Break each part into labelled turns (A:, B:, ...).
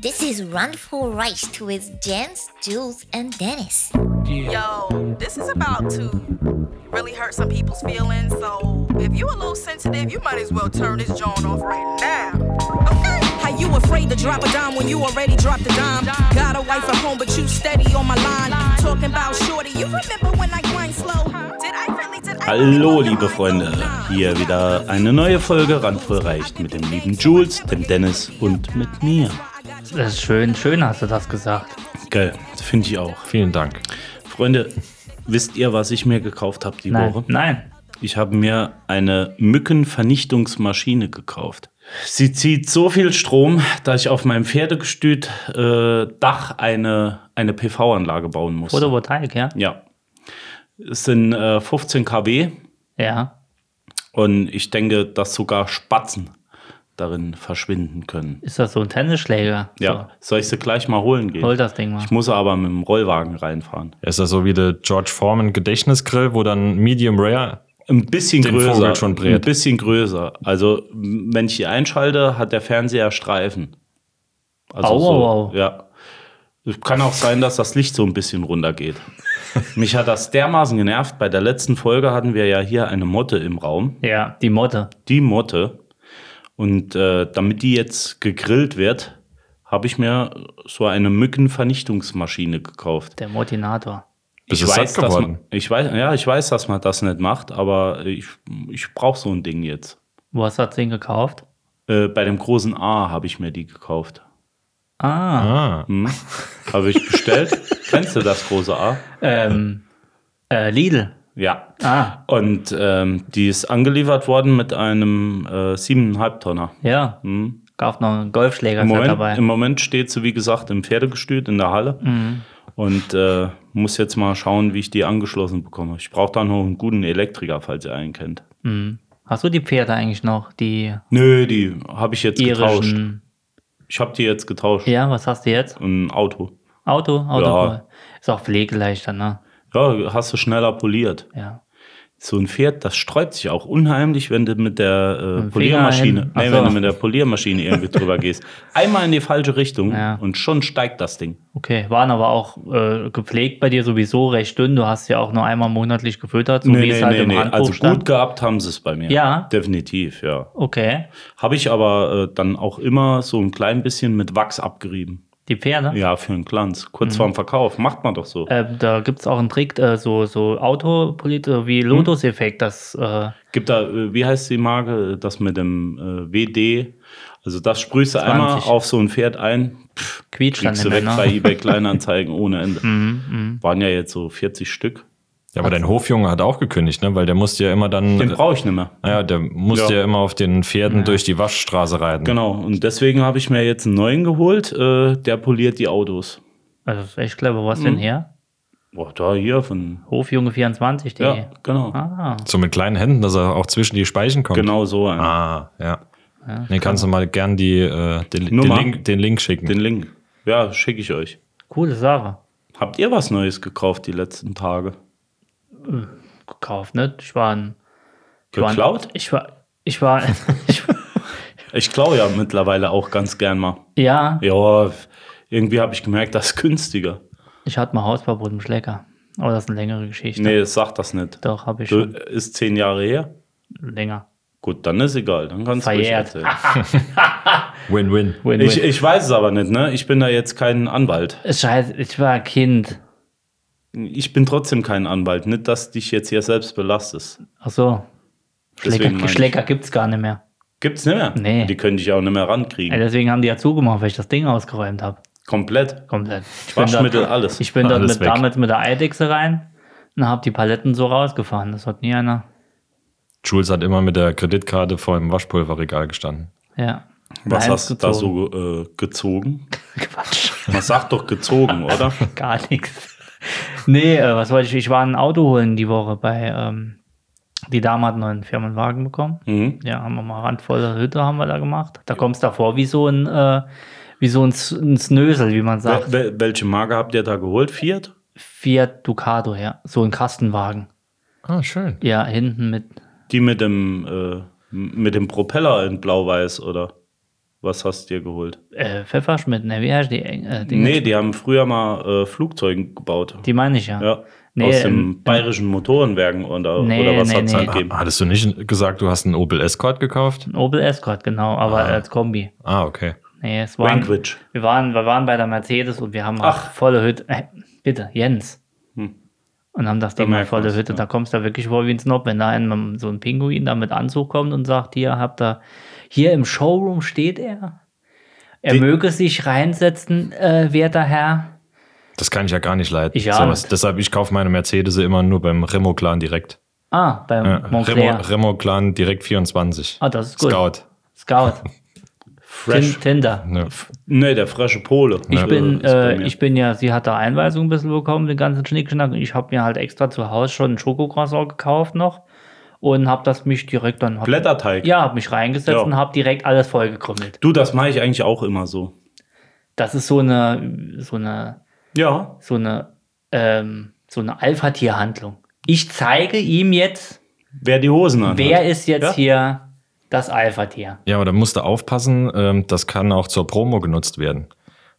A: This is Run for Rice with Jens, Jules, and Dennis.
B: Yo, this is about to really hurt some people's feelings. So if you a little sensitive, you might as well turn this joint off right now. Okay.
C: How you afraid to drop a dime when you already dropped a dime? Got a wife at home, but you steady on my line. Talking about shorty, you remember when I grind slow? Did I really, did I really
D: Hallo,
C: blow your
D: liebe
C: mind?
D: Freunde. Hier wieder eine neue Folge Randvoll reicht mit dem lieben Jules, dem Dennis und mit mir.
E: Das ist schön, schön hast du das gesagt.
D: Geil, finde ich auch.
F: Vielen Dank.
D: Freunde, wisst ihr, was ich mir gekauft habe die
E: Nein,
D: Woche?
E: nein.
D: Ich habe mir eine Mückenvernichtungsmaschine gekauft. Sie zieht so viel Strom, dass ich auf meinem Pferdegestüt äh, Dach eine, eine PV-Anlage bauen muss.
E: Photovoltaik, ja?
D: Ja. Es sind äh, 15 kW
E: Ja.
D: und ich denke, dass sogar Spatzen darin verschwinden können.
E: Ist das so ein Tennisschläger?
D: Ja, soll ich sie gleich mal holen gehen?
E: So. Hol das Ding mal.
D: Ich muss aber mit dem Rollwagen reinfahren.
F: Ist das so wie der George Foreman Gedächtnisgrill, wo dann Medium Rare.
D: Ein bisschen
F: Den
D: größer.
F: Vogel schon brät.
D: ein bisschen größer. Also, m- wenn ich die einschalte, hat der Fernseher Streifen. Also
E: Au,
D: so,
E: au, au.
D: ja. Es kann auch sein, dass das Licht so ein bisschen runtergeht. Mich hat das dermaßen genervt. Bei der letzten Folge hatten wir ja hier eine Motte im Raum.
E: Ja, die Motte.
D: Die Motte. Und äh, damit die jetzt gegrillt wird, habe ich mir so eine Mückenvernichtungsmaschine gekauft.
E: Der Motinator.
F: Bist
D: ich
F: du
D: weiß,
F: satt
D: dass
F: geworden?
D: man, ich weiß, ja, ich weiß, dass man das nicht macht, aber ich, ich brauche so ein Ding jetzt.
E: Wo hast du das Ding gekauft?
D: Äh, bei dem großen A habe ich mir die gekauft.
E: Ah,
F: Ah,
D: Hm? habe ich bestellt. Kennst du das große A?
E: ähm, äh, Lidl.
D: Ja.
E: Ah,
D: Und ähm, die ist angeliefert worden mit einem äh, 7,5 Tonner.
E: ja.
D: Hm?
E: Kauf noch einen Golfschläger
D: Im,
E: ist ja
D: Moment,
E: dabei.
D: Im Moment steht sie, wie gesagt, im Pferdegestüt in der Halle
E: Mhm.
D: und äh, muss jetzt mal schauen, wie ich die angeschlossen bekomme. Ich brauche da noch einen guten Elektriker, falls ihr einen kennt.
E: Hast du die Pferde eigentlich noch? Die
D: Nö, die habe ich jetzt getauscht.
E: irischen.
D: Ich habe die jetzt getauscht.
E: Ja, was hast du jetzt?
D: Ein Auto.
E: Auto? Auto.
D: Ja.
E: Ist auch pflegeleichter, ne?
D: Ja, hast du schneller poliert.
E: Ja.
D: So ein Pferd, das sträubt sich auch unheimlich, wenn du mit der äh,
E: dem Finger
D: Poliermaschine,
E: hin. Ach
D: nee,
E: so.
D: wenn du mit der Poliermaschine irgendwie drüber gehst. Einmal in die falsche Richtung
E: Ja.
D: und schon steigt das Ding.
E: Okay, waren aber auch äh, gepflegt bei dir sowieso recht dünn. Du hast ja auch nur einmal monatlich gefüttert, so wie es halt im Handbuch
D: Also
E: stand.
D: gut gehabt haben sie es bei mir.
E: Ja.
D: Definitiv, ja.
E: Okay,
D: Habe ich aber äh, dann auch immer so ein klein bisschen mit Wachs abgerieben.
E: die Pferde.
D: Ja, für einen Glanz. Kurz
E: Mhm.
D: vorm Verkauf. Macht man doch so.
E: Ähm, da gibt es auch einen Trick, äh, so, so Autopolit äh,
D: Hm.
E: wie Lotus-Effekt, das äh,
D: Gibt da, äh, wie heißt die Marke, das mit dem äh, WD? Also das sprühst du
E: 20.
D: einmal auf so ein Pferd ein, pff,
E: quietscht dann
D: kriegst du weg
E: immer,
D: bei
E: ne? Mhm,
D: eBay Kleinanzeigen ohne Ende. Waren ja jetzt so 40 Stück.
F: ja, aber dein Hofjunge hat auch gekündigt, ne? Weil der musste ja immer dann.
D: Den brauche ich nicht mehr.
F: naja, der musste
D: Ja.
F: ja. immer auf den Pferden durch die Waschstraße reiten.
D: Genau, und deswegen habe ich mir jetzt einen neuen geholt. Äh, der poliert die Autos.
E: Also das ist echt clever, was
D: Hm.
E: denn her?
D: Boah, da hier von.
E: Hofjunge24.de.
D: Ja, genau.
E: Ah,
F: So mit kleinen Händen, dass er auch zwischen die Speichen kommt.
D: Genau so. Einen.
F: Ah, ja. Den kannst du mal gern die, äh, den, den,
D: Nummer.
F: Link, den Link schicken.
D: Den Link. Ja, schicke ich euch.
E: coole Sache.
D: Habt ihr was Neues gekauft die letzten Tage?
E: Gekauft, ne? Ich war ein... ich war ein-
D: Geklaut?
E: Ich war... Ich war... ich, war-
D: Ich klaue ja mittlerweile auch ganz gern mal.
E: ja,
D: Ja, irgendwie habe ich gemerkt, das ist günstiger.
E: ich hatte mal Hausverbot im Schlecker. Aber das ist eine längere Geschichte.
D: Nee, sag das nicht.
E: Doch, habe ich
D: Du,
E: schon
D: ist zehn Jahre her?
E: länger.
D: Gut, dann ist egal. Dann kannst du ruhig
E: Verjährt.
D: erzählen.
F: Win-win.
E: Win-win.
D: Ich, ich weiß es aber nicht, ne? Ich bin da jetzt kein Anwalt.
E: Scheiße, ich war ein Kind.
D: Ich bin trotzdem kein Anwalt. Nicht, dass dich jetzt hier selbst belastest.
E: Ach so.
D: Deswegen meine
E: Schlecker,
D: ich-
E: Schlecker gibt's gar nicht mehr.
D: Gibt's nicht mehr?
E: Nee.
D: Die könnte ich auch nicht mehr
E: Ey,
D: rankriegen.
E: deswegen haben die ja zugemacht, weil ich das Ding ausgeräumt habe.
D: Komplett.
E: Komplett. Ich
D: Waschmittel, alles.
E: Ich bin dort
F: Alles
E: mit,
F: weg.
E: damals mit der Eidechse rein und habe die Paletten so rausgefahren. Das hat nie einer.
F: Jules hat immer mit der Kreditkarte vor dem Waschpulverregal gestanden.
E: Ja.
D: Was
E: Eins
D: hast du da
E: gezogen.
D: so äh, gezogen?
E: Quatsch.
D: Man sagt doch gezogen, oder?
E: Gar nichts. Nee, äh, was wollte ich? Ich war ein Auto holen die Woche bei. Ähm, die Dame hat einen neuen Firmenwagen bekommen.
D: Mhm.
E: Ja, haben wir mal randvolle Hütte haben wir da gemacht. Da kommst du davor wie so ein, äh, wie so ein, S- ein Snösel, wie man sagt.
D: Wel wel- welche Marke habt ihr da geholt? Fiat?
E: Fiat Ducato, ja. So ein Kastenwagen.
F: Ah, schön.
E: Ja, hinten mit.
D: Die mit dem, äh, m- mit dem Propeller in Blau-Weiß, oder? Was hast du dir geholt?
E: Äh, Pfefferschmidt, ne, wie heißt die? Äh, die
D: Nee, die haben früher mal äh, Flugzeuge gebaut.
E: Die meine ich ja.
D: ja.
E: Nee,
D: aus
E: ähm,
D: den bayerischen Motorenwerken oder,
E: Nee,
D: oder was
E: nee,
D: hat es
E: nee. Ah,
D: halt gegeben?
F: Ah, Hattest du nicht gesagt, du hast einen Opel Escort gekauft?
D: Hm.
E: Ein Opel Escort, genau, aber als Kombi.
F: Ah, okay.
E: Nee, es waren,
D: Wankwitch.
E: wir, waren, wir waren bei der Mercedes und wir haben halt
D: Ach. Hm.
E: volle Hütte. Äh, bitte, Jens. Und haben das Ding mal
D: merkt
E: volle
D: man's,
E: Hütte.
D: ja.
E: Da kommst du wirklich vor wie ein Snob, wenn da ein, so ein Pinguin da mit Anzug kommt und sagt, hier habt ihr, hier im Showroom steht er. Er
D: Die-
E: möge sich reinsetzen, äh, werter Herr.
F: Das kann ich ja gar nicht leiden.
E: Ich auch nicht.
F: Deshalb, ich kaufe meine Mercedes immer nur beim Remo-Clan direkt.
E: Ah, beim
F: Ja,
E: Montclair.
F: Remo- Remo-Clan direkt 24.
E: Ah, das ist gut.
F: Scout.
E: Scout. Tin
D: Fresh.
E: Tinder.
F: Ja.
D: Nee, der frische Pole.
E: Ich
D: Also
E: bin,
D: ist bei
E: äh,
D: mir.
E: ich bin ja, sie hat da Einweisung ein bisschen bekommen, den ganzen Schnickschnack. Ich habe mir halt extra zu Hause schon einen Schokocroissant gekauft noch und habe das mich direkt dann. Hab,
D: Blätterteig.
E: ja, hab mich reingesetzt
D: Ja.
E: und habe direkt alles vollgekrümmelt.
D: Du, das mache ich eigentlich auch immer so.
E: Das ist so eine, so eine,
D: Ja.
E: so eine, ähm, so eine Alpha-Tier-Handlung. Ich zeige ihm jetzt,
D: Wer die Hosen anhat.
E: wer ist jetzt
D: Ja.
E: hier das Alpha-Tier.
F: Ja, aber da musst du aufpassen, ähm, das kann auch zur Promo genutzt werden.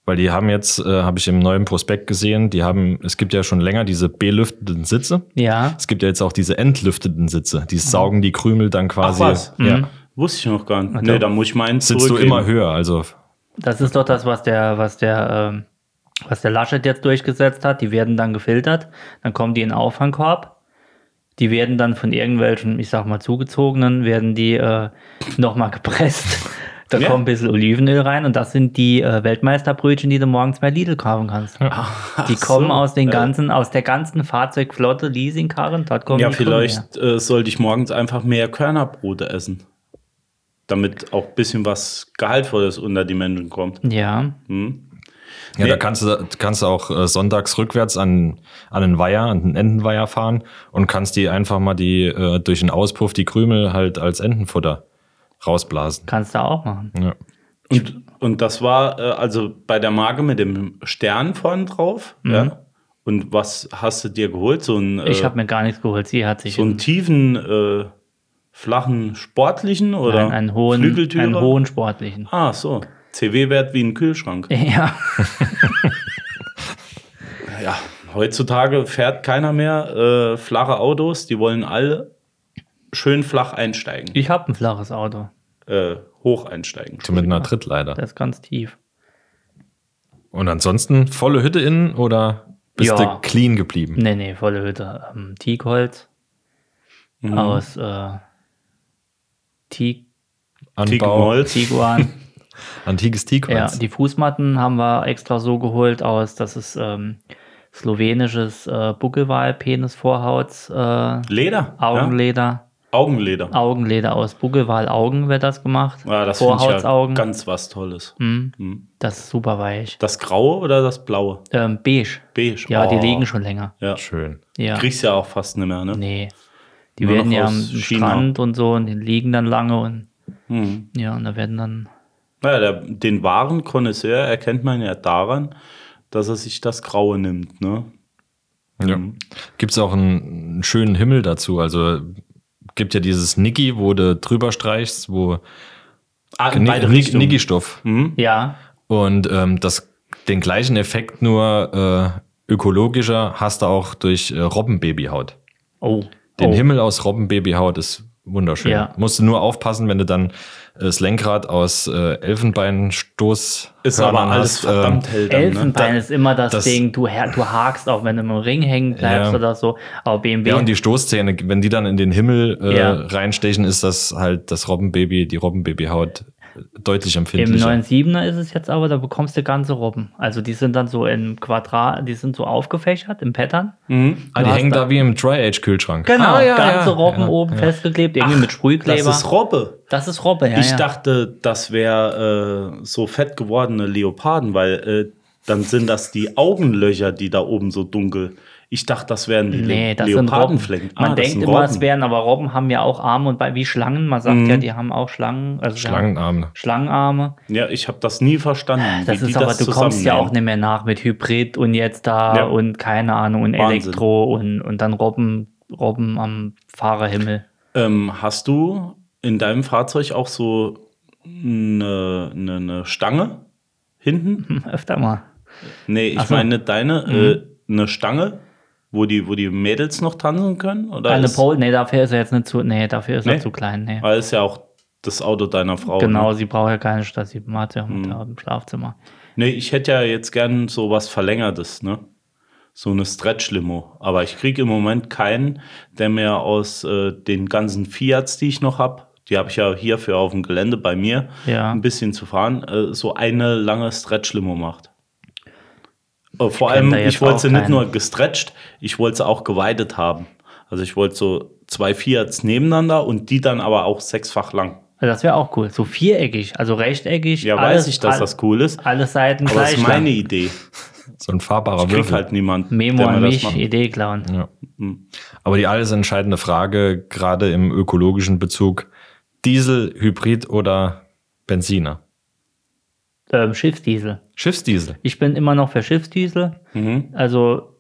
F: Weil die haben jetzt, äh, habe ich im neuen Prospekt gesehen, die haben, es gibt ja schon länger diese belüfteten Sitze.
E: Ja. Mhm.
F: Es gibt ja jetzt auch diese entlüfteten Sitze. Die saugen die Krümel dann quasi.
D: Ach was.
F: Ja.
D: Wusste ich noch gar nicht. Nee, da muss ich meinen
F: Sitzt du
D: zurückgeben.
F: immer höher, also
E: Das ist doch das, was der, was der, ähm, was der Laschet jetzt durchgesetzt hat. Die werden dann gefiltert, dann kommen die in den Auffangkorb. Die werden dann von irgendwelchen, ich sag mal, zugezogenen, werden die äh, nochmal gepresst. Da
D: Ja.
E: kommt ein bisschen Olivenöl rein und das sind die äh, Weltmeisterbrötchen, die du morgens bei Lidl kaufen kannst. die kommen aus den ganzen, aus der ganzen Fahrzeugflotte, Leasingkarren, dort kommen
D: Ja,
E: die Krümel her.
D: vielleicht äh, sollte ich morgens einfach mehr Körnerbrote essen. Damit auch ein bisschen was Gehaltvolles unter die Menschen kommt.
E: Ja,
F: Ja, da kannst du, kannst du auch äh, sonntags rückwärts an, an einen Weiher, an einen Entenweiher fahren und kannst die einfach mal die äh, durch den Auspuff die Krümel halt als Entenfutter rausblasen.
E: kannst du auch machen.
F: Ja.
D: Und, und das war äh, also bei der Marke mit dem Stern vorn drauf. Ja? Und was hast du dir geholt? So ein, äh,
E: Mhm. Ich habe mir gar nichts geholt. Sie hat sich
D: so einen tiefen, äh, flachen, sportlichen oder
E: einen, einen, hohen,
D: Flügeltürer?
E: einen hohen sportlichen.
D: Ah, so. CW-Wert wie ein Kühlschrank.
E: Ja,
D: Ja, heutzutage fährt keiner mehr äh, flache Autos. Die wollen alle schön flach einsteigen.
E: ich habe ein flaches Auto.
D: äh, hoch einsteigen.
F: So mit einer Trittleiter.
E: Das ist ganz tief.
F: Und ansonsten volle Hütte innen oder bist
E: Ja.
F: du clean geblieben?
E: Nee, nee, volle Hütte. Ähm, Teakholz
D: Mhm.
E: aus äh, Teak
F: Anbau,
D: Tigenholz.
E: Tiguan.
F: antikes
E: ja,
F: Teakholz.
E: die Fußmatten haben wir extra so geholt aus, das ist ähm, slowenisches äh, Buckelwal, Penisvorhauts, äh,
D: Leder.
E: Augenleder.
D: Ja? Augenleder.
E: Augenleder aus Buckelwal, Augen wird das gemacht.
D: Ja, das finde ich ja
E: Vorhautsaugen.
D: ganz was Tolles.
E: Mhm. Das ist super weich.
D: Das Graue oder das Blaue?
E: Ähm, beige.
D: Beige.
E: Ja, die
D: Oh,
E: liegen schon länger.
D: Ja.
F: Schön.
E: Ja.
D: Kriegst ja auch fast nicht mehr, ne?
E: Nee. Die
D: Nur
E: werden
D: noch
E: ja am
D: aus China.
E: Strand und so und die liegen dann lange und ja, und da werden dann.
D: Naja, der, den wahren Connoisseur erkennt man ja daran, dass er sich das Graue nimmt, ne?
E: Mhm.
F: Ja. Gibt es auch einen, einen schönen Himmel dazu? Also gibt ja dieses Niki, wo du drüber streichst, wo
D: Ah, in beide Richtungen.
F: Niki-Stoff.
E: Ja,
F: Und ähm, das, den gleichen Effekt nur äh, ökologischer hast du auch durch äh, Robbenbabyhaut.
E: oh.
F: Den
E: oh.
F: Himmel aus Robbenbabyhaut ist wunderschön.
E: Ja.
F: Musst du nur aufpassen, wenn du dann äh, das Lenkrad aus äh, Elfenbeinstoß ähm,
D: Ist aber alles verdammt
E: äh,
D: hell dann, ne?
E: Elfenbein ist immer das,
F: das-
E: Ding, du, her- du hakst auch, wenn du im Ring hängen bleibst
F: Ja.
E: oder so. Aber BMW,
F: Ja, und die Stoßzähne, wenn die dann in den Himmel äh,
E: Ja.
F: reinstechen, ist das halt das Robbenbaby, die Robbenbabyhaut äh, deutlich
E: im
F: empfindlicher.
E: 97er ist es jetzt aber, da bekommst du ganze Robben. Also die sind dann so in Quadrat, die sind so aufgefächert im Pattern.
F: ah, die hängen da wie im Dry-Age-Kühlschrank.
E: Genau,
F: ah, ja,
E: ganze
F: ja.
E: Robben
F: Ja.
E: oben festgeklebt, irgendwie mit Sprühkleber.
D: Das ist Robbe.
E: Das ist Robbe, ja.
D: ich
E: ja.
D: dachte, das wäre äh, so fett gewordene Leoparden, weil äh, dann sind das die Augenlöcher, die da oben so dunkel. Ich dachte, das wären die
E: Nee, das sind Robben.
D: Leopardenflecken.
E: Man
D: Ah, das
E: denkt
D: sind
E: immer,
D: Robben. Mhm.
E: es wären, aber Robben haben ja auch Arme und Beine, wie Schlangen. Man sagt ja, die haben auch Schlangen, also sie haben
F: Schlangenarme.
E: Schlangenarme.
D: Ja, ich habe das nie verstanden.
E: Ah, Das
D: wie die
E: ist aber,
D: das
E: du kommst ja auch
D: zusammennehmen.
E: nicht mehr nach mit Hybrid und jetzt da
D: Ja.
E: und keine Ahnung und
D: Wahnsinn.
E: Elektro und, und dann Robben, Robben am Fahrerhimmel.
D: Ähm, hast du in deinem Fahrzeug auch so eine, eine, eine Stange hinten.
E: Öfter mal.
D: Nee, ich
E: Ach so. Mhm.
D: meine deine, äh, eine Stange, wo die, wo die Mädels noch tanzen können? Oder
E: Eine
D: ist,
E: Pole, nee, dafür ist er jetzt nicht zu, nee, dafür ist
D: Nee? Ah,
E: er zu klein, nee.
D: Weil ist ja auch das Auto deiner Frau.
E: Genau,
D: Ne?
E: sie braucht ja keine Stadt, sie hat ja auch
D: Mhm.
E: mit da im Schlafzimmer.
D: Nee, ich hätte ja jetzt gern so was Verlängertes, ne? So eine Stretch-Limo. Aber ich kriege im Moment keinen, der mir aus äh, den ganzen Fiats, die ich noch habe, die habe ich ja hierfür auf dem Gelände bei mir,
E: Ja.
D: ein bisschen zu fahren, äh, so eine lange Stretch-Limo macht. Äh, vor allem,
E: da jetzt
D: ich wollte sie
E: auch
D: nicht
E: keinen.
D: nur gestretcht, ich wollte sie auch geweidet haben. Also ich wollte so zwei Fiats nebeneinander und die dann aber auch sechsfach lang.
E: Also das wäre auch cool. So viereckig, also rechteckig.
D: Ja, weiß ich, dass das cool ist.
E: Alle Seiten
D: Aber das
E: gleich.
D: ist meine
E: lang.
D: Idee.
F: So ein fahrbarer
D: Krieg
F: Würfel.
D: halt niemand.
E: Memo
D: der mir
E: an
D: das
E: mich,
D: macht.
E: Idee klauen.
F: Ja. Aber die alles entscheidende Frage, gerade im ökologischen Bezug, Diesel, Hybrid oder Benziner?
E: Ähm, Schiffsdiesel.
F: Schiffsdiesel.
E: Ich bin immer noch für Schiffsdiesel.
D: Mhm.
E: Also,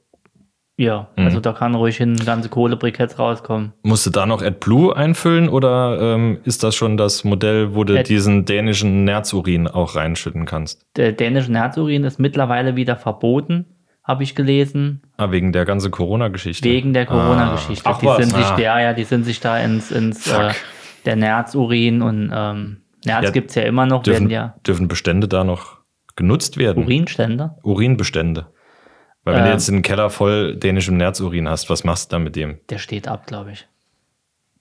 E: ja, also da kann ruhig hin ganze Kohlebriketts rauskommen.
F: Musst du da noch AdBlue einfüllen oder ähm, ist das schon das Modell, wo du
E: Ad-
F: diesen dänischen Nerzurin auch reinschütten kannst?
E: Der dänische Herzurin ist mittlerweile wieder verboten, habe ich gelesen,
F: Ah, wegen der ganzen Corona-Geschichte.
E: wegen der Corona-Geschichte.
D: Ah. Ach
E: die
D: was.
E: sind
F: Ah.
E: sich, ja, ja, die sind sich da ins, ins äh,
F: Fuck.
E: der Nerzurin und ähm, Nerz
F: Ja,
E: gibt es ja immer noch,
F: dürfen,
E: werden ja
F: dürfen Bestände da noch genutzt werden?
E: Urinstände.
F: Urinbestände. Weil wenn du
E: Ähm.
F: jetzt einen Keller voll dänischem Nerzurin hast, was machst du dann mit dem?
E: Der steht ab, glaube ich.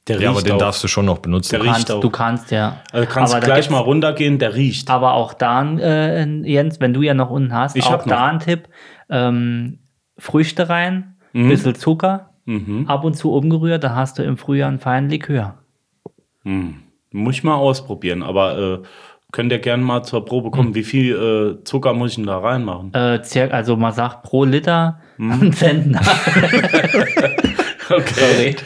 D: Der
F: Ja, aber
D: riecht
F: den
D: auch.
F: darfst du schon noch benutzen.
D: Der
E: Du
D: Riecht
E: kannst,
D: auch.
E: du kannst ja.
D: Also kannst
E: aber da
D: gleich
E: gibt's-
D: mal runtergehen, der riecht.
E: Aber auch da, äh, Jens, wenn du ja noch unten hast,
D: Ich
E: auch
D: hab noch.
E: da ein Tipp. Ähm, Früchte rein,
D: Mhm.
E: bisschen Zucker, ab und zu umgerührt, da hast du im Frühjahr einen feinen Likör.
D: Muss ich mal ausprobieren, aber äh, könnt ihr gerne mal zur Probe
E: Hm.
D: kommen, wie viel äh, Zucker muss ich denn da reinmachen?
E: Äh, circa, also man sagt pro Liter
D: Mhm.
E: einen Zentner. okay.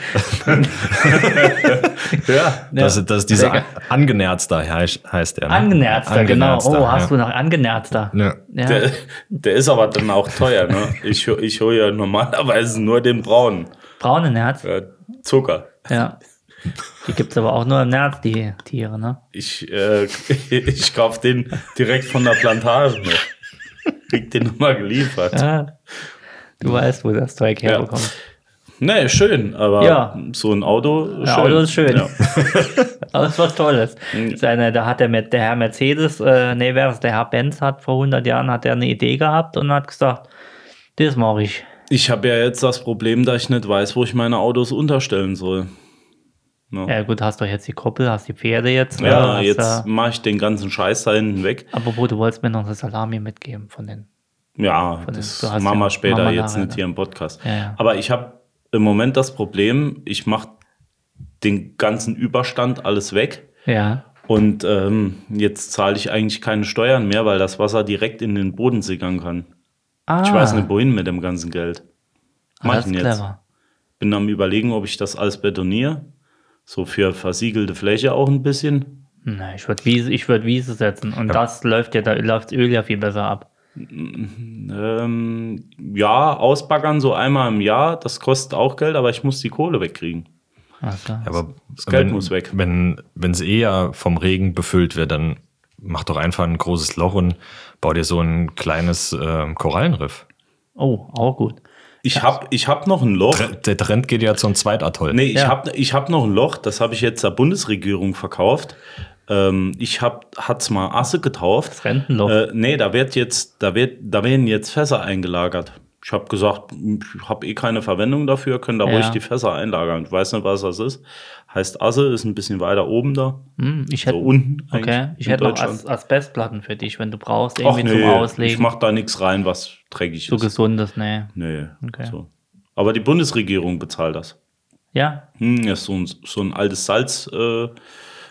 D: Ja.
F: Das, das ist dieser
E: Sehr geil.
F: Angenerzter heißt, heißt er. Ne?
E: Angenerzter, genau. Oh,
F: Angenerzter,
E: hast du noch angenerzter.
F: ja. du.
E: Ja.
D: Ne. Der, der ist aber dann auch teuer, ne? Ich, hol- ich hole ja normalerweise nur den braunen
E: Braune Nerz.
D: äh, Zucker.
E: Ja. Die gibt es aber auch nur im Nerz, die Tiere, ne?
D: Ich, äh, ich kaufe den direkt von der Plantage. Ne? Krieg den nochmal geliefert.
E: Ja. Äh, Du weißt, wo das Zeug herbekommt.
D: Nee, schön, aber
E: Ja.
D: so ein Auto. Schön.
E: Ja, Auto ist schön.
D: Ja.
E: Aber es ist was Tolles.
D: Hm.
E: Seine, da hat der, Mer- der Herr Mercedes, äh, nee, wer ist der Herr Benz, hat vor 100 Jahren hat er eine Idee gehabt und hat gesagt, das mache ich.
D: Ich habe ja jetzt das Problem, dass ich nicht weiß, wo ich meine Autos unterstellen soll.
E: Ja gut, hast doch jetzt die Koppel, hast die Pferde jetzt.
D: Ja,
E: äh,
D: jetzt
E: hast, äh,
D: mache ich den ganzen Scheiß da hinten weg.
E: apropos, du wolltest mir noch eine Salami mitgeben von den.
D: Ja,
E: Von
D: das
E: den- du hast
D: machen
E: ja-
D: wir später
E: machen wir
D: jetzt
E: nachher,
D: nicht
E: ne?
D: hier im Podcast.
E: Ja, ja.
D: Aber ich habe im Moment das Problem, ich mache den ganzen Überstand alles weg.
E: Ja.
D: Und ähm, jetzt zahle ich eigentlich keine Steuern mehr, weil das Wasser direkt in den Boden sickern kann.
E: Ah,
D: Ich weiß nicht, wohin mit dem ganzen Geld. Mach
E: das
D: ich
E: ist
D: denn jetzt.
E: clever.
D: Bin am überlegen, ob ich das alles betoniere. So für versiegelte Fläche auch ein bisschen.
E: Nee, ich würde Wiese, ich würd Wiese setzen und das läuft ja, da läuft Öl ja viel besser ab.
D: Ähm, ja, ausbaggern so einmal im Jahr, das kostet auch Geld, aber ich muss die Kohle wegkriegen.
E: Also,
F: Aber das
D: Geld muss weg.
F: Wenn es eh ja vom Regen befüllt wird, dann mach doch einfach ein großes Loch und bau dir so ein kleines ähm, Korallenriff.
E: oh, auch gut.
D: Ich habe ich hab noch ein Loch.
F: Tre- Der Trend geht ja zum Zweitatoll.
D: Nee, ich
E: Ja.
D: hab habe ich hab noch ein Loch, das habe ich jetzt der Bundesregierung verkauft. Ähm, ich habe hat's mal Asse getauft.
E: Das Rentenloch.
D: Äh, nee, da wird jetzt da wird da werden jetzt Fässer eingelagert. Ich habe gesagt, ich habe eh keine Verwendung dafür, können da
E: Ja.
D: ruhig die Fässer einlagern. Ich weiß nicht, was das ist. Heißt Asse, ist ein bisschen weiter oben da.
E: Hm, ich hätte,
D: so unten
E: okay,
D: eigentlich
E: ich
D: in
E: hätte noch
D: Deutschland.
E: As Asbestplatten für dich, wenn du brauchst,
D: Ach
E: irgendwie zum
D: nee, ich
E: Auslegen.
D: mach da nichts rein, was dreckig
E: so
D: ist.
E: gesundes, ne. nee.
D: Nee,
E: Okay.
D: so. Aber die Bundesregierung bezahlt das.
E: Ja,
D: Hm, das ist so ein, so ein altes Salz, äh,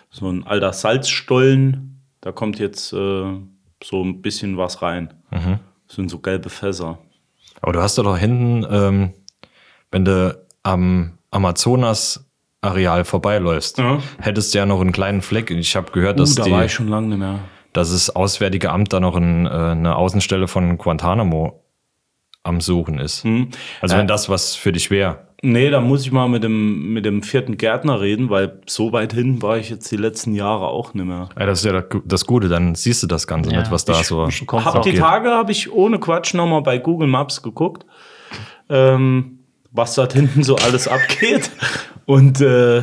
D: so ein alter Salzstollen. Da kommt jetzt äh, so ein bisschen was rein. Das sind so gelbe Fässer.
F: Aber du hast doch, doch hinten, ähm, wenn du am Amazonas-Areal vorbeiläufst,
D: Ja.
F: hättest du ja noch einen kleinen Fleck. Ich habe gehört, dass,
D: Uh, da war
F: die,
D: ich schon lange nicht mehr.
F: dass das Auswärtige Amt da noch ein, äh, eine
D: Hm. Äh.
F: Außenstelle von Guantanamo am Suchen ist. Also wenn das was für dich wäre.
D: Nee, da muss ich mal mit dem, mit dem vierten Gärtner reden, weil so weit hinten war ich jetzt die letzten Jahre auch nicht mehr.
F: Ja, das ist ja das Gute, dann siehst du das Ganze
E: Ja.
F: nicht, was da so.
E: Ich bekomm's
D: Hab
E: auch
D: die Tage habe ich ohne Quatsch nochmal bei Google Maps geguckt, ähm, was dort hinten so alles abgeht. Und äh,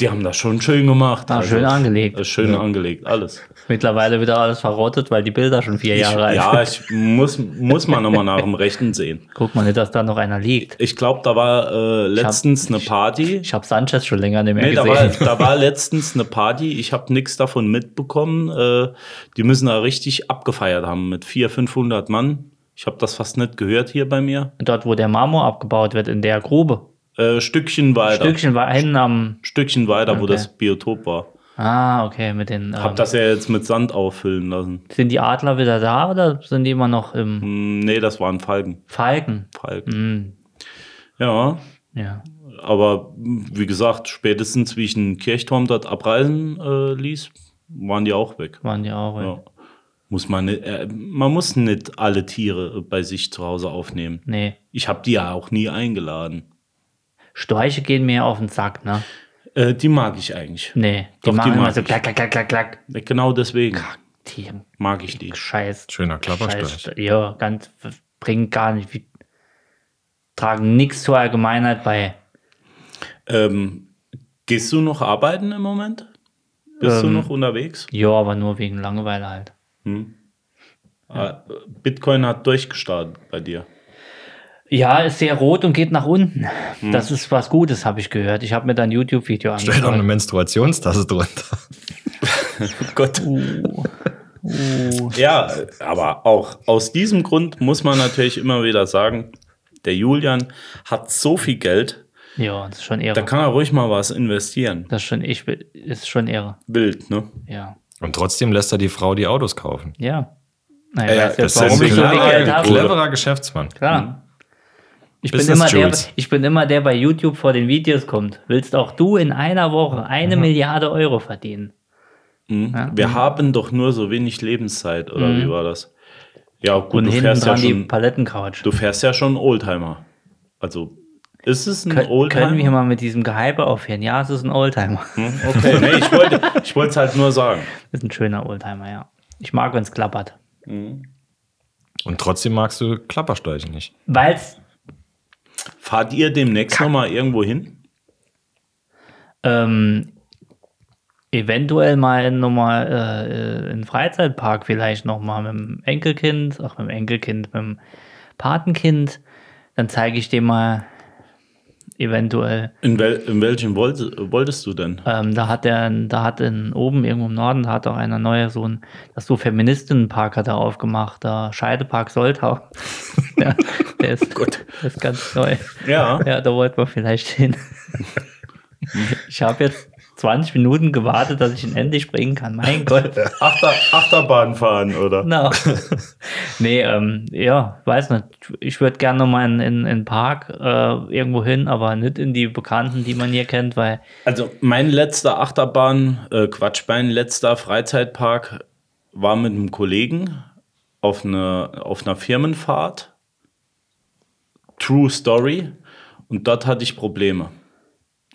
D: die haben das schon schön gemacht.
E: Ah, schön angelegt.
D: äh, Schön angelegt, alles.
E: mittlerweile wieder alles verrottet, weil die Bilder schon vier
D: Ich,
E: Jahre alt
D: ja,
E: sind.
D: ich muss, muss man nochmal nach dem Rechten sehen.
E: Guck mal nicht, dass da noch einer liegt.
D: Ich glaube, da war äh, letztens eine Party.
E: Ich habe Sanchez schon länger nicht mehr
D: Nee, da war,
E: gesehen.
D: da war letztens eine Party, ich habe nichts davon mitbekommen. Äh, die müssen da richtig abgefeiert haben mit 400, 500 Mann. Ich habe das fast nicht gehört hier bei mir.
E: Dort, wo der Marmor abgebaut wird, in der Grube.
D: Äh, Stückchen weiter.
E: Stückchen war hinten am.
D: Stückchen weiter, wo
E: Okay.
D: das Biotop war.
E: Ah, okay, mit den.
D: Hab
E: Ähm,
D: das ja jetzt mit Sand auffüllen lassen.
E: sind die Adler wieder da oder sind die immer noch im
D: Hm, Nee, das waren Falken.
E: Falken?
D: Falken.
E: Hm,
D: Ja,
E: ja.
D: aber mh, wie gesagt, spätestens wie ich einen Kirchturm dort abreißen äh, ließ, waren die auch weg.
E: Waren die auch. Ja.
D: Ja. Muss man, nicht, äh, man muss nicht alle Tiere bei sich zu Hause aufnehmen.
E: Nee.
D: Ich habe die ja auch nie eingeladen.
E: Storche gehen mir auf den Sack, ne?
D: Äh, die mag ich eigentlich.
E: Nee.
D: Doch,
E: Die
D: die
E: machen immer
D: mag
E: so
D: ich.
E: klack, klack, klack, klack, klack.
D: Genau deswegen
E: Die haben
D: mag ich die.
E: Scheiß.
F: Schöner Klapperstorch.
E: Scheiß- Ja, ganz. Bringen gar nicht. wie- Tragen nichts zur Allgemeinheit bei.
D: Ähm, gehst du noch arbeiten im Moment? Bist
E: Ähm.
D: du noch unterwegs?
E: Ja, aber nur wegen Langeweile halt.
D: Äh, Bitcoin hat durchgestartet bei dir.
E: Ja, ist sehr rot und geht nach unten.
D: Hm.
E: Das ist was Gutes, habe ich gehört. Ich habe mir dann ein YouTube-Video
F: Stell doch eine
E: angeschaut.
F: Menstruationstasse drunter.
E: Oh
D: Gott. Ja, aber auch aus diesem Grund muss man natürlich immer wieder sagen, der Julian hat so viel Geld,
E: Ja, das ist schon
D: da
E: irre.
D: kann er ruhig mal was investieren.
E: Das ist schon, ich, bin- ist schon irre.
D: Wild, ne?
E: Ja.
F: Und trotzdem lässt er die Frau die Autos kaufen.
E: Ja. Naja,
D: Ja, ja,
E: weißt du jetzt,
D: das ist
E: warum ich so viel
D: klar,
E: Geld
D: ja,
E: habe?
D: klar.
F: cleverer Geschäftsmann.
D: Hm.
E: Klar. Ich bin,
F: Business
E: immer der,
F: Jules.
E: ich bin immer der bei YouTube vor den Videos kommt. Willst auch du in einer Woche eine Milliarde Euro verdienen?
D: Hm? Wir haben doch nur so wenig Lebenszeit, oder wie war das? Ja, gut,
E: Mhm. Und
D: du
E: hinten
D: fährst ja,
E: dran die
D: schon,
E: Palettencouch.
D: du fährst ja schon Oldtimer. Also, ist es ein
E: Können,
D: Oldtimer? Hm.
E: können wir mal mit diesem Gehype aufhören? Ja, es ist ein Oldtimer.
D: Okay, nee, ich wollte ich wollte es halt nur sagen.
E: Ist ein schöner Oldtimer, ja. Ich mag, wenn es klappert.
F: Und trotzdem magst du Klapperstörche nicht.
E: Weil's,
D: Fahrt ihr demnächst nochmal irgendwo hin?
E: ähm, eventuell mal nochmal äh, in den Freizeitpark vielleicht nochmal mit dem Enkelkind, ach mit dem Enkelkind, mit dem Patenkind, dann zeige ich dem mal eventuell,
D: In, wel, in welchem wollte, wolltest du denn?
E: ähm, da hat er, da hat in oben irgendwo im Norden, da hat auch einer neue so ein, das so Feministinnenpark hat er aufgemacht, da Scheidepark Soltau. ja, der ist, der ist ganz neu.
D: Ja.
E: Ja, da wollten wir vielleicht hin. Ich habe jetzt 20 Minuten gewartet, dass ich ihn endlich springen kann. Mein Gott.
D: Achter, Achterbahn fahren, oder?
E: No. Nee, ähm, ja, weiß nicht. Ich würde gerne nochmal in, in, in den Park äh, irgendwo hin, aber nicht in die Bekannten, die man hier kennt, weil
D: Also mein letzter Achterbahn, äh, Quatsch, mein letzter Freizeitpark war mit einem Kollegen auf, eine, auf einer Firmenfahrt. True Story. Und dort hatte ich Probleme.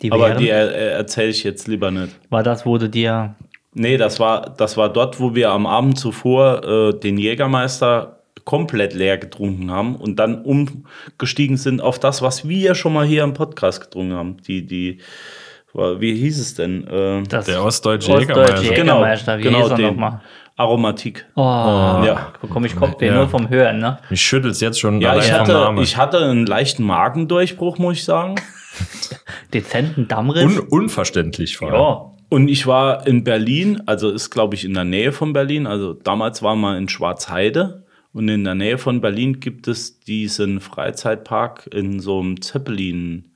E: die
D: Aber
E: wären,
D: die er, er, erzähle ich jetzt lieber nicht.
E: war das, wo du dir.
D: Nee, das war, das war dort, wo wir am Abend zuvor äh, den Jägermeister komplett leer getrunken haben und dann umgestiegen sind auf das, was wir ja schon mal hier im Podcast getrunken haben. Die, die, wie hieß es denn? Ähm,
E: Das
F: Der ostdeutsche
E: Ostdeutsche
F: Jägermeister.
D: Genau,
E: Jägermeister, wie
D: genau
E: hieß er
D: den.
E: nochmal?
D: Aromatik.
E: Oh,
D: Ja.
E: komm, ich komm, den
F: Ja.
E: nur vom Hören, ne?
F: Mich schüttelt's jetzt schon
D: Ja,
F: allein
D: ich
F: vom
D: hatte,
F: Namen.
D: ich hatte einen leichten Magendurchbruch, muss ich sagen.
E: Dezenten Dammriss.
F: Un unverständlich vor allem.
E: ja,
D: Und ich war in Berlin, also ist, glaube ich, in der Nähe von Berlin. Also damals war man in Schwarzheide. Und in der Nähe von Berlin gibt es diesen Freizeitpark in so einem Zeppelin,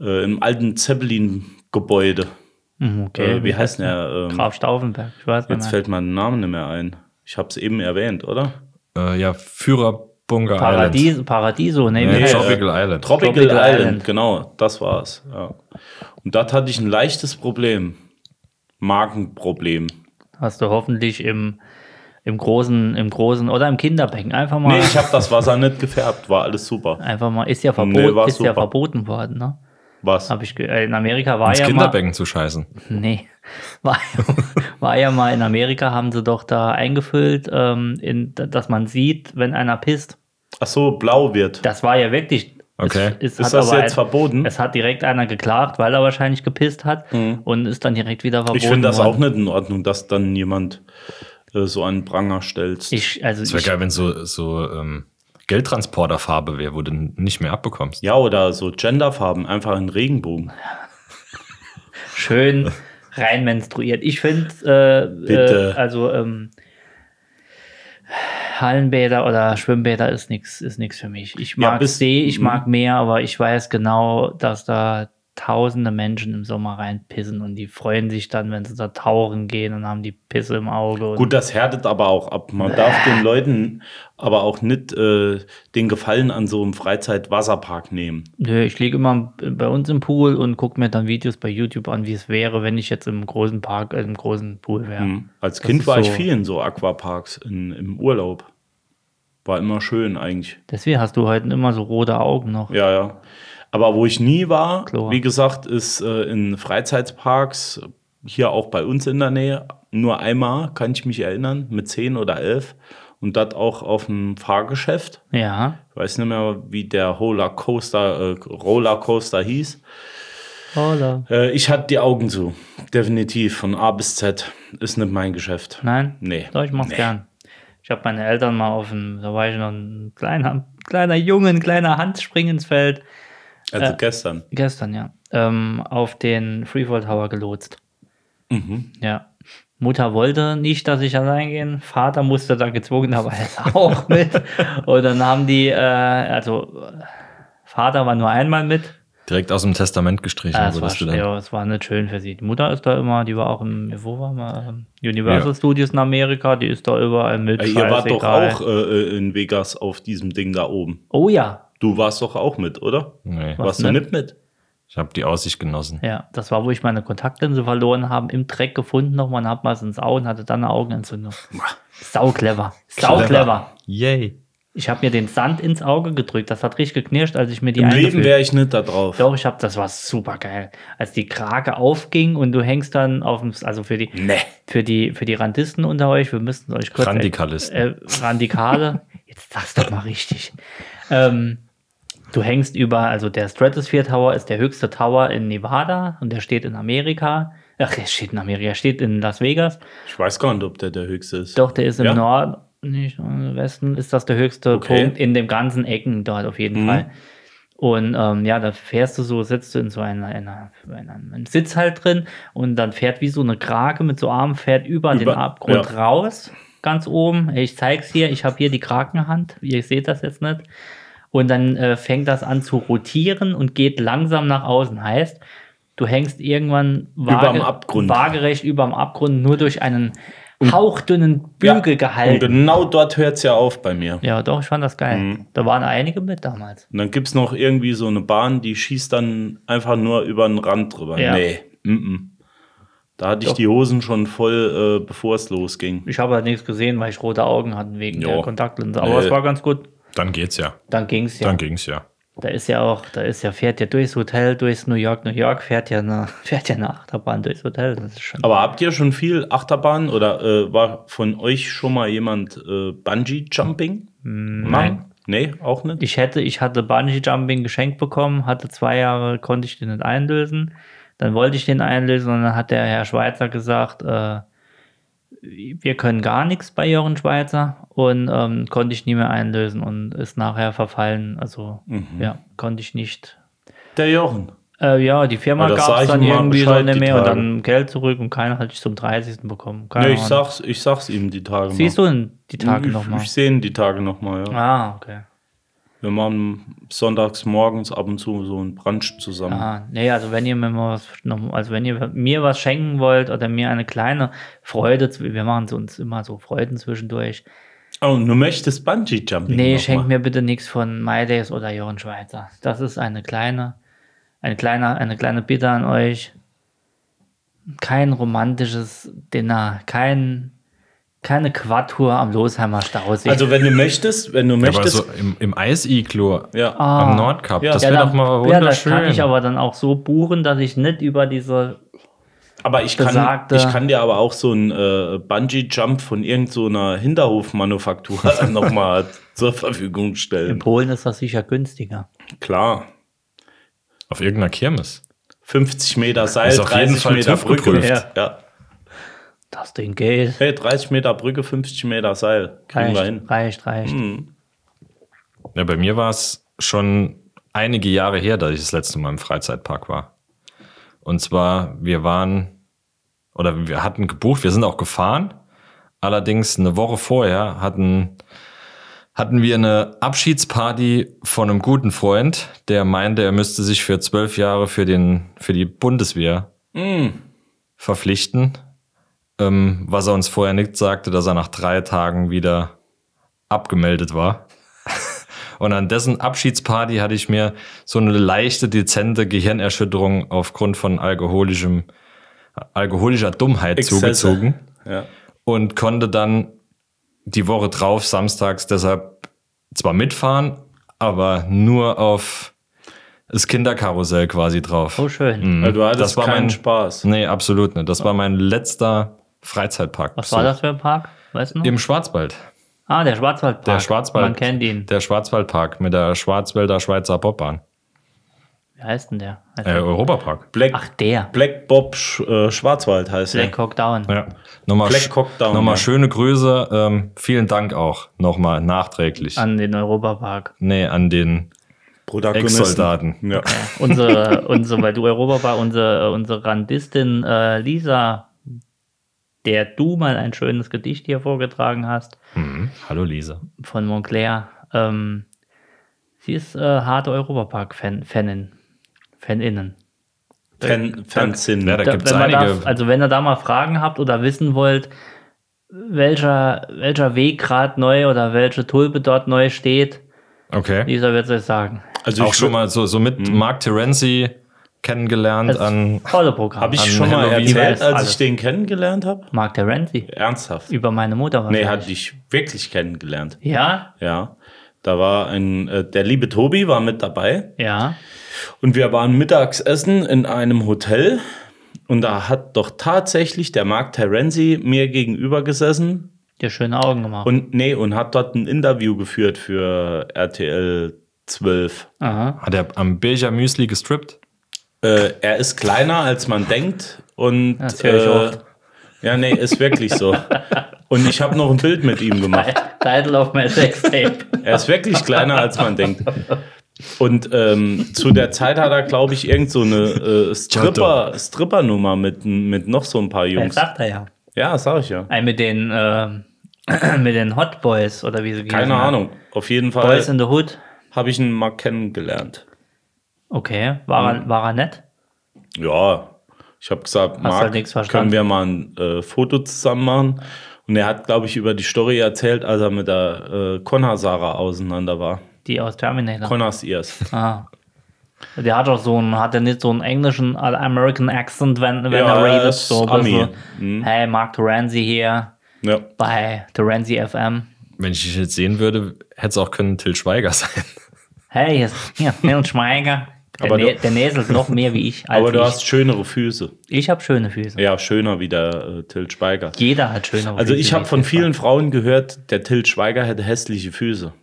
D: äh, im alten Zeppelin-Gebäude.
E: Hm, okay.
D: Äh, wie heißt denn der? Ähm,
E: Graf Stauffenberg, ich weiß nicht
D: jetzt
E: mehr.
D: fällt mein Name nicht mehr ein. Ich habe es eben erwähnt, oder?
F: Äh, ja, Führer Bunga Island.
E: Paradies, Paradiso, nee,
F: Nee,
E: wie heißt-
F: Tropical Island.
D: Tropical,
E: Tropical
D: Island.
E: Island.
D: genau, das war's. Ja. Und dort hatte ich ein leichtes Problem. Magenproblem.
E: hast du hoffentlich im, im großen, im großen oder im Kinderbecken. Einfach mal,
D: Nee, ich habe das Wasser nicht gefärbt, war alles super.
E: einfach mal, ist ja
D: Nee,
E: verboten,
D: war
E: ist ja
D: super.
E: verboten worden, ne?
D: Was?
E: Hab ich ge- äh, in Amerika war
F: ins
E: ja mal,
F: Kinderbecken zu scheißen.
E: nee, war, war ja mal in Amerika haben sie doch da eingefüllt, ähm, in, dass man sieht, wenn einer pisst.
D: Ach so, blau wird.
E: Das war ja wirklich.
F: Okay.
E: Es, es
D: Ist
E: hat
D: das
E: aber
D: jetzt
E: ein-
D: verboten? Mhm.
E: Es hat direkt einer geklagt, weil er wahrscheinlich gepisst hat und ist dann direkt wieder verboten.
D: Ich finde das
E: worden.
D: auch nicht in Ordnung, dass dann jemand äh, so einen Pranger stellt.
E: Ich, also
F: Es wäre
E: ich,
F: geil, wenn so, so ähm, Geldtransporterfarbe wäre, wo du n- nicht mehr abbekommst.
D: ja, oder so Genderfarben, einfach in Regenbogen.
E: schön rein menstruiert. Ich finde, äh,
D: Bitte.
E: äh, also ähm, Hallenbäder oder Schwimmbäder ist nichts ist nix für mich. Ich
D: Ja,
E: mag
D: bis-
E: See, ich
D: Mhm.
E: mag Meer, aber ich weiß genau, dass da tausende Menschen im Sommer reinpissen und die freuen sich dann, wenn sie da tauchen gehen und haben die Pisse im Auge. Und
D: Gut, das härtet aber auch ab. Man darf den Leuten aber auch nicht äh, den Gefallen an so einem Freizeitwasserpark nehmen.
E: Nö, ich liege immer bei uns im Pool und gucke mir dann Videos bei YouTube an, wie es wäre, wenn ich jetzt im großen Park, äh, im großen Pool wäre.
D: Hm? Als
E: Das
D: Kind
E: ist
D: war ich
E: so-
D: viel in so Aquaparks in, im Urlaub. War immer schön eigentlich.
E: Deswegen hast du heute immer so rote Augen noch.
D: Ja, ja. Aber wo ich nie war,
E: Chlor.
D: wie gesagt, ist äh, in Freizeitsparks, hier auch bei uns in der Nähe, nur einmal, kann ich mich erinnern, mit 10 oder 11. Und das auch auf dem Fahrgeschäft.
E: Ja.
D: Ich weiß nicht mehr, wie der Rollercoaster, äh, Rollercoaster hieß.
E: Hola.
D: Äh, ich hatte die Augen zu. Definitiv, von A bis Z. Ist nicht mein Geschäft.
E: Nein?
D: Nee.
E: Doch, ich mach's gern. Ich habe meine Eltern mal auf dem, da war ich noch ein kleiner, kleiner Junge, ein kleiner Hans Springensfeld.
D: Also
E: Äh,
D: gestern.
E: Gestern, ja. Ähm, auf den Freefall Tower gelotst.
D: Mhm.
E: Ja. Mutter wollte nicht, dass ich allein gehen. Vater musste dann gezwungenerweise auch mit. Und dann haben die, äh, also äh, Vater war nur einmal mit.
F: Direkt aus dem Testament gestrichen
E: Ah, es war,
F: wurdest du
E: sch-
F: dann.
E: ja, es war nicht schön für sie. Die Mutter ist da immer, die war auch im, wo war man? Universal
F: Ja.
E: Studios in Amerika, die ist da überall mit.
D: Äh, ihr wart doch
E: scheißegal.
D: auch äh, in Vegas auf diesem Ding da oben.
E: Oh ja,
D: Du warst doch auch mit, oder?
F: Nee,
E: Was
D: Warst du
E: nicht?
D: nicht mit?
F: ich habe die Aussicht genossen.
E: ja. Das war, wo ich meine Kontaktlinse verloren habe, im Dreck gefunden nochmal und hab mal ins Auge und hatte dann eine Augenentzündung. Sau clever. Sau clever.
F: Yay.
E: Ich habe mir den Sand ins Auge gedrückt. Das hat richtig geknirscht, als ich mir die
D: Im Leben
E: eingeführt-
D: wäre ich nicht da drauf.
E: Doch, ich habe, das war super geil. Als die Krake aufging und du hängst dann auf dem, also für die,
D: Nee.
E: für die, für die Randisten unter euch, wir müssten euch kurz.
F: Randikalisten.
E: Äh, Randikale. Jetzt sag's doch mal richtig. Ähm, du hängst über, also der Stratosphere Tower ist der höchste Tower in Nevada und der steht in Amerika. Ach, er steht in Amerika, er steht in Las Vegas.
D: Ich weiß gar nicht, ob der der höchste ist.
E: Doch, der ist im
D: Ja?
E: Norden, nicht im Westen, ist das der höchste
D: Okay. Mhm.
E: Punkt in den ganzen Ecken dort auf jeden Fall. Und ähm, ja, da fährst du so, sitzt du in so einer, einer, einer, einem Sitz halt drin und dann fährt wie so eine Krake mit so Armen, fährt über, den
D: Über-
E: Abgrund
D: ja.
E: raus, ganz oben. Ich zeig's hier, ich habe hier die Krakenhand, ihr seht das jetzt nicht. Und dann äh, fängt das an zu rotieren und geht langsam nach außen. Heißt, du hängst irgendwann
D: Überm Abgrund.
E: waagerecht überm Abgrund, nur durch einen hauchdünnen Bügel
D: Und
E: gehalten.
D: genau dort hört es ja auf bei mir.
E: Ja, doch, ich fand das geil.
D: Mhm.
E: Da waren einige mit damals.
D: Und dann gibt es noch irgendwie so eine Bahn, die schießt dann einfach nur über den Rand drüber.
E: Ja.
D: Nee. Mm -mm. Da hatte ich die Hosen schon voll, äh, bevor es losging.
E: Ich habe halt nichts gesehen, weil ich rote Augen hatte wegen
D: Ja.
E: der Kontaktlinse. Aber
D: Nee.
E: es war ganz gut.
F: Dann geht's ja.
E: Dann ging's ja.
F: Dann ging's ja.
E: Da ist ja auch, da ist ja, fährt ja durchs Hotel, durchs New York, New York, fährt ja eine, fährt ja eine Achterbahn durchs Hotel. Das ist schon.
D: Aber habt ihr schon viel Achterbahn oder äh, war von euch schon mal jemand äh, Bungee-Jumping? Nein. Nee, auch nicht?
E: Hm, ich hätte, ich hatte Bungee Jumping geschenkt bekommen, hatte zwei Jahre, konnte ich den nicht einlösen. Dann wollte ich den einlösen und dann hat der Herr Schweizer gesagt, äh, wir können gar nichts bei Jochen Schweizer und ähm, konnte ich nie mehr einlösen und ist nachher verfallen. Also
D: Mhm.
E: ja, konnte ich nicht.
D: Der Jochen.
E: Äh, ja, die Firma
D: Ja, das
E: gab
D: sag
E: es
D: ich
E: dann
D: ihm mal
E: irgendwie
D: Bescheid,
E: schon nicht
D: die
E: mehr und
D: Tage.
E: dann Geld zurück und keiner hatte ich zum 30. bekommen. Keine
D: Nee, ich
E: Ahnung.
D: sag's, ich sag's ihm die Tage
E: Siehst
D: mal.
E: du in die Tage
D: ich,
E: nochmal?
D: Ich sehe ihn die Tage nochmal, ja.
E: Ah, okay.
D: Wir machen sonntags morgens ab und zu so einen Brunch zusammen.
E: Ah, nee, also wenn ihr mir mal was, noch- also wenn ihr mir was schenken wollt oder mir eine kleine Freude, zw- wir machen so uns immer so Freuden zwischendurch.
D: Oh, und du möchtest Bungee-Jumping
E: Nee,
D: noch
E: schenkt
D: mal.
E: mir bitte nichts von MyDays oder Jochen Schweizer. Das ist eine kleine, eine kleine, eine kleine Bitte an euch. Kein romantisches Dinner, kein, keine Quadtour am Losheimer Stausee.
D: Also wenn du möchtest, wenn du
F: Ja, aber
D: möchtest,
F: so im, im Eis-Iglo
D: Ja.
F: am Nordkap,
D: Ja.
F: das
D: Ja,
F: wäre
E: da-
F: doch mal
E: Ja, da
F: wunderschön.
E: kann ich aber dann auch so buchen, dass ich nicht über diese.
D: aber ich kann,
E: besagte-
D: ich kann dir aber auch so einen äh, Bungee-Jump von irgendeiner so einer Hinterhofmanufaktur nochmal zur Verfügung
E: In
D: stellen.
E: Polen ist das sicher günstiger.
D: Klar.
F: Auf irgendeiner Kirmes.
D: 50 Meter Seil,
F: Ist auf
D: 30
F: jeden Fall
D: Meter Brücke.
F: TÜV-geprüft.
D: Ja. Ja.
E: Das Ding geht.
D: Hey, 30 Meter Brücke, 50 Meter Seil. Kriegen wir hin.
E: Reicht, reicht, reicht.
F: Ja, bei mir war es schon einige Jahre her, dass ich das letzte Mal im Freizeitpark war. Und zwar, wir waren oder wir hatten gebucht, wir sind auch gefahren. Allerdings eine Woche vorher hatten, hatten wir eine Abschiedsparty von einem guten Freund, der meinte, er müsste sich für zwölf Jahre für, den, für die Bundeswehr
D: Mm.
F: verpflichten. Ähm, was er uns vorher nicht sagte, dass er nach drei Tagen wieder abgemeldet war. Und an dessen Abschiedsparty hatte ich mir so eine leichte, dezente Gehirnerschütterung aufgrund von alkoholischem, alkoholischer Dummheit
D: Exzesse.
F: zugezogen
D: Ja.
F: und konnte dann die Woche drauf, samstags, deshalb zwar mitfahren, aber nur auf das Kinderkarussell quasi drauf.
E: So
F: Hm.
E: schön.
D: Also, du hattest
F: Mhm. das war
D: keinen
F: mein-
D: Spaß.
F: Nee, absolut nicht. Das war mein letzter Freizeitpark.
E: Was war das für ein Park? Weißt du noch?
F: Im Schwarzwald.
E: ah, der Schwarzwaldpark.
F: Der Schwarzwald.
E: Man kennt ihn.
F: Der Schwarzwaldpark mit der Schwarzwälder Schweizer Bobbahn.
E: Wie heißt denn der? Heißt
F: Äh,
E: der?
F: Europapark.
D: Black,
E: Ach, der.
D: Black Bob Sch äh, Schwarzwald heißt er.
E: Black Hawk Down.
F: Ja. Nochmal,
D: Black
F: sch-
D: Hawk Down,
F: nochmal
D: ja.
F: schöne Grüße. Ähm, vielen Dank auch nochmal nachträglich.
E: An den Europapark.
F: nee, an den
D: Protagonisten.
F: Ex-Soldaten.
D: Ja.
E: Unsere, unsere, weil du Europapark, unsere, unsere Randistin äh, Lisa, der du mal ein schönes Gedicht hier vorgetragen hast,
F: Mhm. Hallo Lisa.
E: von Montclair. Ähm, sie ist äh, harte Europapark-Fanin. Faninnen.
D: Fan, Fanzin.
F: Ja, da
E: Da-
F: gibt es
E: wenn man
F: einige.
E: Da, also wenn ihr da mal Fragen habt oder wissen wollt, welcher, welcher Weg gerade neu oder welche Tulpe dort neu steht,
F: okay.
E: Lisa wird es euch sagen.
D: Also
F: auch
D: ich
F: schon mal so, so mit Mark Terenzi kennengelernt
E: Das
F: an.
E: tolle Programm.
D: Habe ich
F: an
D: schon mal
F: Halloween.
D: erzählt,
E: Alles,
D: als
E: alles.
D: ich den kennengelernt habe?
E: Mark der Ramsey.
D: Ernsthaft?
E: Über meine Mutter
D: Nee,
E: wahrscheinlich.
D: hatte ich wirklich kennengelernt.
E: Ja,
D: Ja. Da war ein, äh, der liebe Tobi war mit dabei.
E: ja.
D: Und wir waren mittags essen in einem Hotel. Und da hat doch tatsächlich der Mark Terenzi mir gegenüber gesessen.
E: Dir schöne Augen gemacht.
D: Und nee, und hat dort ein Interview geführt für RTL 12.
E: Aha.
F: Hat er am Becher Müsli gestrippt?
D: Äh, er ist kleiner, als man denkt. Und
E: Das höre ich
D: äh,
E: oft.
D: ja, nee, ist wirklich so. Und ich habe noch ein Bild mit ihm gemacht.
E: Title of my sex tape.
D: Er ist wirklich kleiner, als man denkt. Und ähm, zu der Zeit hat er, glaube ich, irgend so eine äh, Stripper, Stripper-Nummer mit, mit noch so ein paar
E: Das
D: Jungs.
E: sagt er ja.
D: Ja, sag ich ja.
E: Ein mit den, ähm, mit den Hot Boys oder wie sie
D: Keine
E: geheißen haben.
D: Ahnung. Auf jeden
E: Boys
D: Fall
E: in the Hood.
D: habe ich ihn mal kennengelernt.
E: Okay. War,
D: Hm.
E: er, war er nett?
D: Ja, ich habe gesagt,
E: halt
D: Marc,
E: nichts verstanden.
D: können wir mal ein äh, Foto zusammen machen? Und er hat, glaube ich, über die Story erzählt, als er mit der äh, Connor Sarah auseinander war.
E: Die aus Terminator.
D: Connors Ears.
E: Ah. Der hat doch so einen, hat er nicht so einen englischen all American Accent, wenn, wenn
D: Ja,
E: er redet,
D: ist
E: so ein
D: Ami. Mhm.
E: bisschen. Hey, Mark Terenzi hier
D: Ja.
E: bei Terenzi FM.
F: Wenn ich dich jetzt sehen würde, hätte es auch können Till Schweiger sein.
E: Hey, hier ist hier ist Neil Schweiger. Der,
D: Aber
E: ne
D: du-
E: der näselt noch mehr wie ich. Als
D: Aber du
E: ich.
D: hast schönere Füße.
E: ich habe schöne Füße.
D: Ja, schöner wie der äh, Till Schweiger.
E: Jeder hat schöne Füße.
D: Also ich habe
E: wie
D: von
E: Fußball.
D: vielen Frauen gehört, der Till Schweiger hätte hässliche Füße.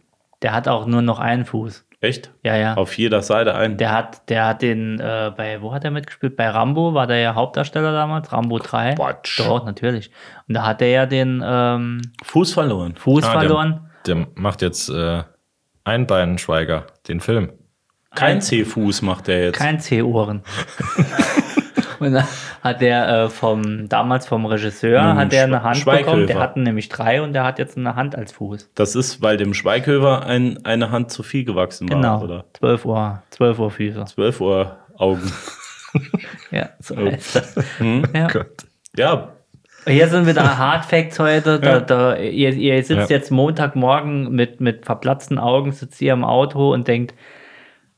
E: Der hat auch nur noch einen Fuß.
D: Echt?
E: Ja, ja.
D: Auf jeder Seite ein.
E: Der hat, der hat den, äh, bei, wo hat er mitgespielt? Bei Rambo war der ja Hauptdarsteller damals, Rambo 3.
D: Quatsch.
E: Doch, natürlich. Und da hat er ja den ähm,
D: Fuß verloren.
E: Fuß
F: Ah, der-
E: verloren.
F: Der macht jetzt äh, Einbein Schweiger, den Film.
D: Kein C-Fuß macht der jetzt.
E: Kein C-Ohren. Und dann hat der äh, vom, damals vom Regisseur,
D: Nun,
E: hat der
D: Mhm, Schwe-
E: eine Hand
D: Schweighöfer.
E: bekommen. Der hatten nämlich drei und der hat jetzt eine Hand als Fuß.
D: Das ist, weil dem Schweighöfer ein, eine Hand zu viel gewachsen war,
E: Genau.
D: oder?
E: 12 Uhr, 12 Uhr Füße.
D: 12 Uhr Augen.
E: Ja, so heißt das.
D: Mhm.
E: Ja.
D: Ja,
E: Hier sind wieder Hard Facts heute. Da, da, ihr, ihr sitzt
F: Ja.
E: jetzt Montagmorgen mit, mit verplatzten Augen, sitzt hier im Auto und denkt,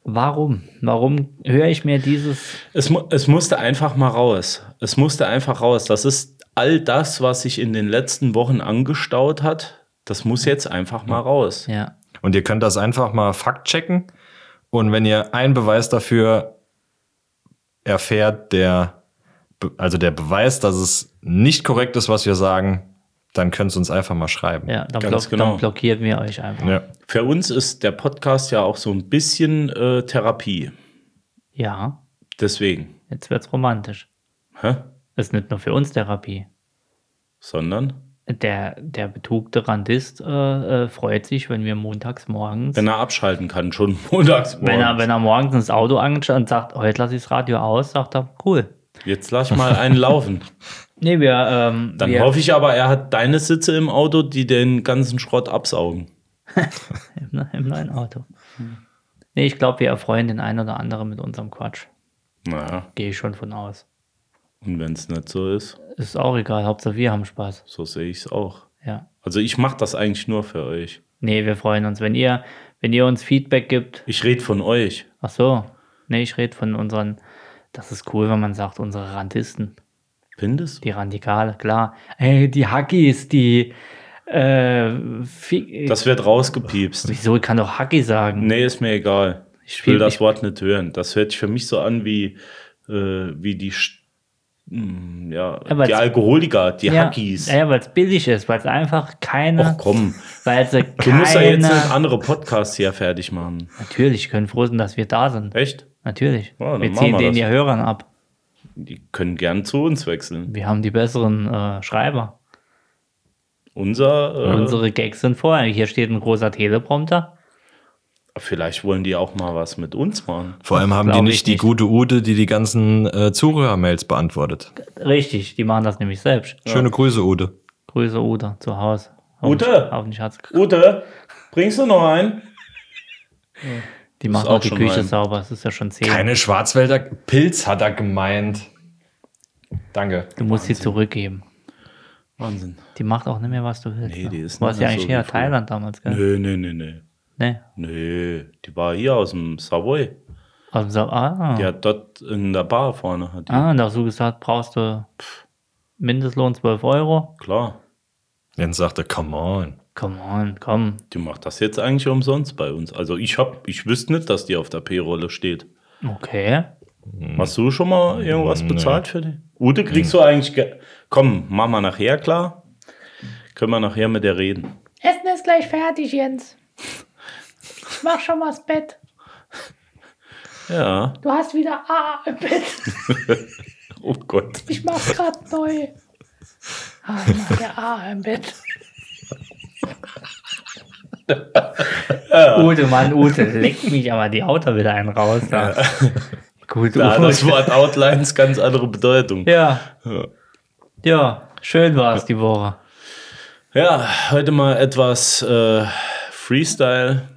E: warum? Warum höre ich mir dieses
D: es, mu- es musste einfach mal raus. Es musste einfach raus. Das ist all das, was sich in den letzten Wochen angestaut hat, das muss jetzt einfach mal raus.
E: Ja.
F: Und ihr könnt das einfach mal Fakt checken. Und wenn ihr einen Beweis dafür erfährt, der, be- also der Beweis, dass es nicht korrekt ist, was wir sagen, dann könnt ihr uns einfach mal schreiben.
E: Ja, dann,
D: Ganz
E: block,
D: genau.
E: dann blockieren wir euch einfach.
F: Ja.
D: Für uns ist der Podcast ja auch so ein bisschen äh, Therapie.
E: Ja,
D: Deswegen.
E: jetzt wird's romantisch.
D: Hä?
E: Das ist nicht nur für uns Therapie.
D: Sondern,
E: Der, der betugte Randist äh, äh, freut sich, wenn wir montags morgens,
D: wenn er abschalten kann, schon montags
E: wenn, er,
D: morgens.
E: wenn er morgens ins Auto angeschaut und sagt, heute lasse ich das Radio aus, sagt er, cool.
D: Jetzt lass mal einen laufen.
E: Nee, wir, ähm,
D: Dann
E: wir,
D: hoffe ich aber, er hat deine Sitze im Auto, die den ganzen Schrott absaugen.
E: Im, im neuen Auto. Nee, ich glaube, wir erfreuen den einen oder anderen mit unserem Quatsch.
D: Naja,
E: Gehe ich schon von aus.
D: und wenn es nicht so ist,
E: Ist auch egal, Hauptsache wir haben Spaß.
D: so sehe ich es auch.
E: Ja.
D: Also ich mache das eigentlich nur für euch.
E: Nee, wir freuen uns. Wenn ihr, wenn ihr uns Feedback gibt,
D: Ich rede von euch.
E: ach so, nee, ich rede von unseren, das ist cool, wenn man sagt, unsere Randisten,
D: Findest du?
E: die Randikale, klar. Ey, die Hackis, die, äh, Fi
D: Das wird rausgepiepst.
E: wieso, ich kann doch Hacki sagen.
D: Nee, ist mir egal.
E: Ich
D: Ich will
E: spiel-
D: das
E: ich-
D: Wort nicht hören. Das hört sich für mich so an wie, äh, wie die, Sch- Hm, ja,
E: Aber
D: die
E: es-
D: Alkoholiker, die
E: ja,
D: Hackis.
E: Ja, weil es billig ist, weil es einfach
D: Och
E: keine,
D: komm,
E: weil sie
D: du musst ja jetzt nicht
E: keine,
D: andere Podcasts hier fertig machen.
E: natürlich können froh sein, dass wir da sind.
D: Echt?
E: Natürlich.
D: Ja, dann
E: wir
D: machen
E: ziehen
D: wir
E: den
D: das.
E: ja Hörern ab.
D: Die können gern zu uns wechseln.
E: Wir haben die besseren äh, Schreiber.
D: Unser, äh,
E: Unsere Gags sind vor. Hier steht ein großer Teleprompter.
D: vielleicht wollen die auch mal was mit uns machen.
F: Vor allem haben die
E: Glaub ich
F: nicht die
E: nicht.
F: gute Ute, die die ganzen äh, Zuhörermails beantwortet.
E: Richtig, die machen das nämlich selbst.
F: Schöne Grüße, Ute.
E: Grüße Ute zu Hause.
D: Ute?
E: Hoffentlich- Hoffentlich hat's.
D: Ute, bringst du noch ein?
E: Die macht
D: auch
E: auch die
D: schon
E: Küche
D: rein.
E: sauber. Das ist ja schon zehn.
F: Keine Schwarzwälder Pilz hat er gemeint. Danke.
E: du musst sie zurückgeben.
D: Wahnsinn.
E: Die macht auch nicht mehr, was du willst.
D: Nee, die ist
E: Warst
D: nicht
E: ja
D: mehr
E: eigentlich
D: so wie
E: eher
D: früher.
E: Thailand damals, gell? Ne?
D: Nö, nö, nö, nö.
E: Nee.
D: Nö, die war hier aus dem Savoy.
E: Also, so- ah,
D: Die hat dort in der Bar vorne, hat die,
E: ah, und auch so gesagt, brauchst du Mindestlohn 12 Euro.
D: klar.
F: Dann sagte, come on.
E: Come on, komm.
D: Die macht das jetzt eigentlich umsonst bei uns. Also ich hab, ich wüsste nicht, dass die auf der P-Rolle steht.
E: Okay.
D: Hast du schon mal irgendwas
F: Nö.
D: bezahlt für die? Ute, kriegst du eigentlich... Ge Komm, mach mal nachher klar. Können wir nachher mit der reden.
G: Essen ist gleich fertig, Jens. Ich mach schon mal das Bett.
D: Ja,
G: Du hast wieder A im Bett.
D: oh Gott.
G: Ich mach's grad neu. Ah, ich mach ja A im Bett.
E: Ute, Mann, Ute, leck mich aber die Auto wieder einen raus. Da. Gut,
D: Da hat das
E: Ute.
D: Wort Outlines ganz andere Bedeutung.
E: Ja. Ja, schön war es die Woche.
D: Ja, heute mal etwas äh, Freestyle.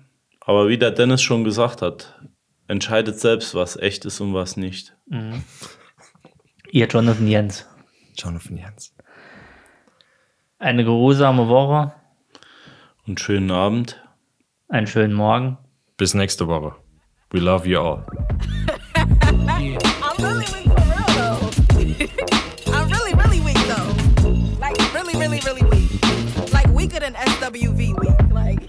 D: Aber wie der Dennis schon gesagt hat, entscheidet selbst, was echt ist und was nicht.
E: Ihr Jonathan Jens.
F: Jonathan Jens.
E: Eine geruhsame Woche,
D: Und schönen Abend.
E: einen schönen Morgen.
F: Bis nächste Woche. We love you all.
B: I'm really weak for real though. I'm really, really weak though. Like really, really, really weak. Like weaker than SWV weak. Like.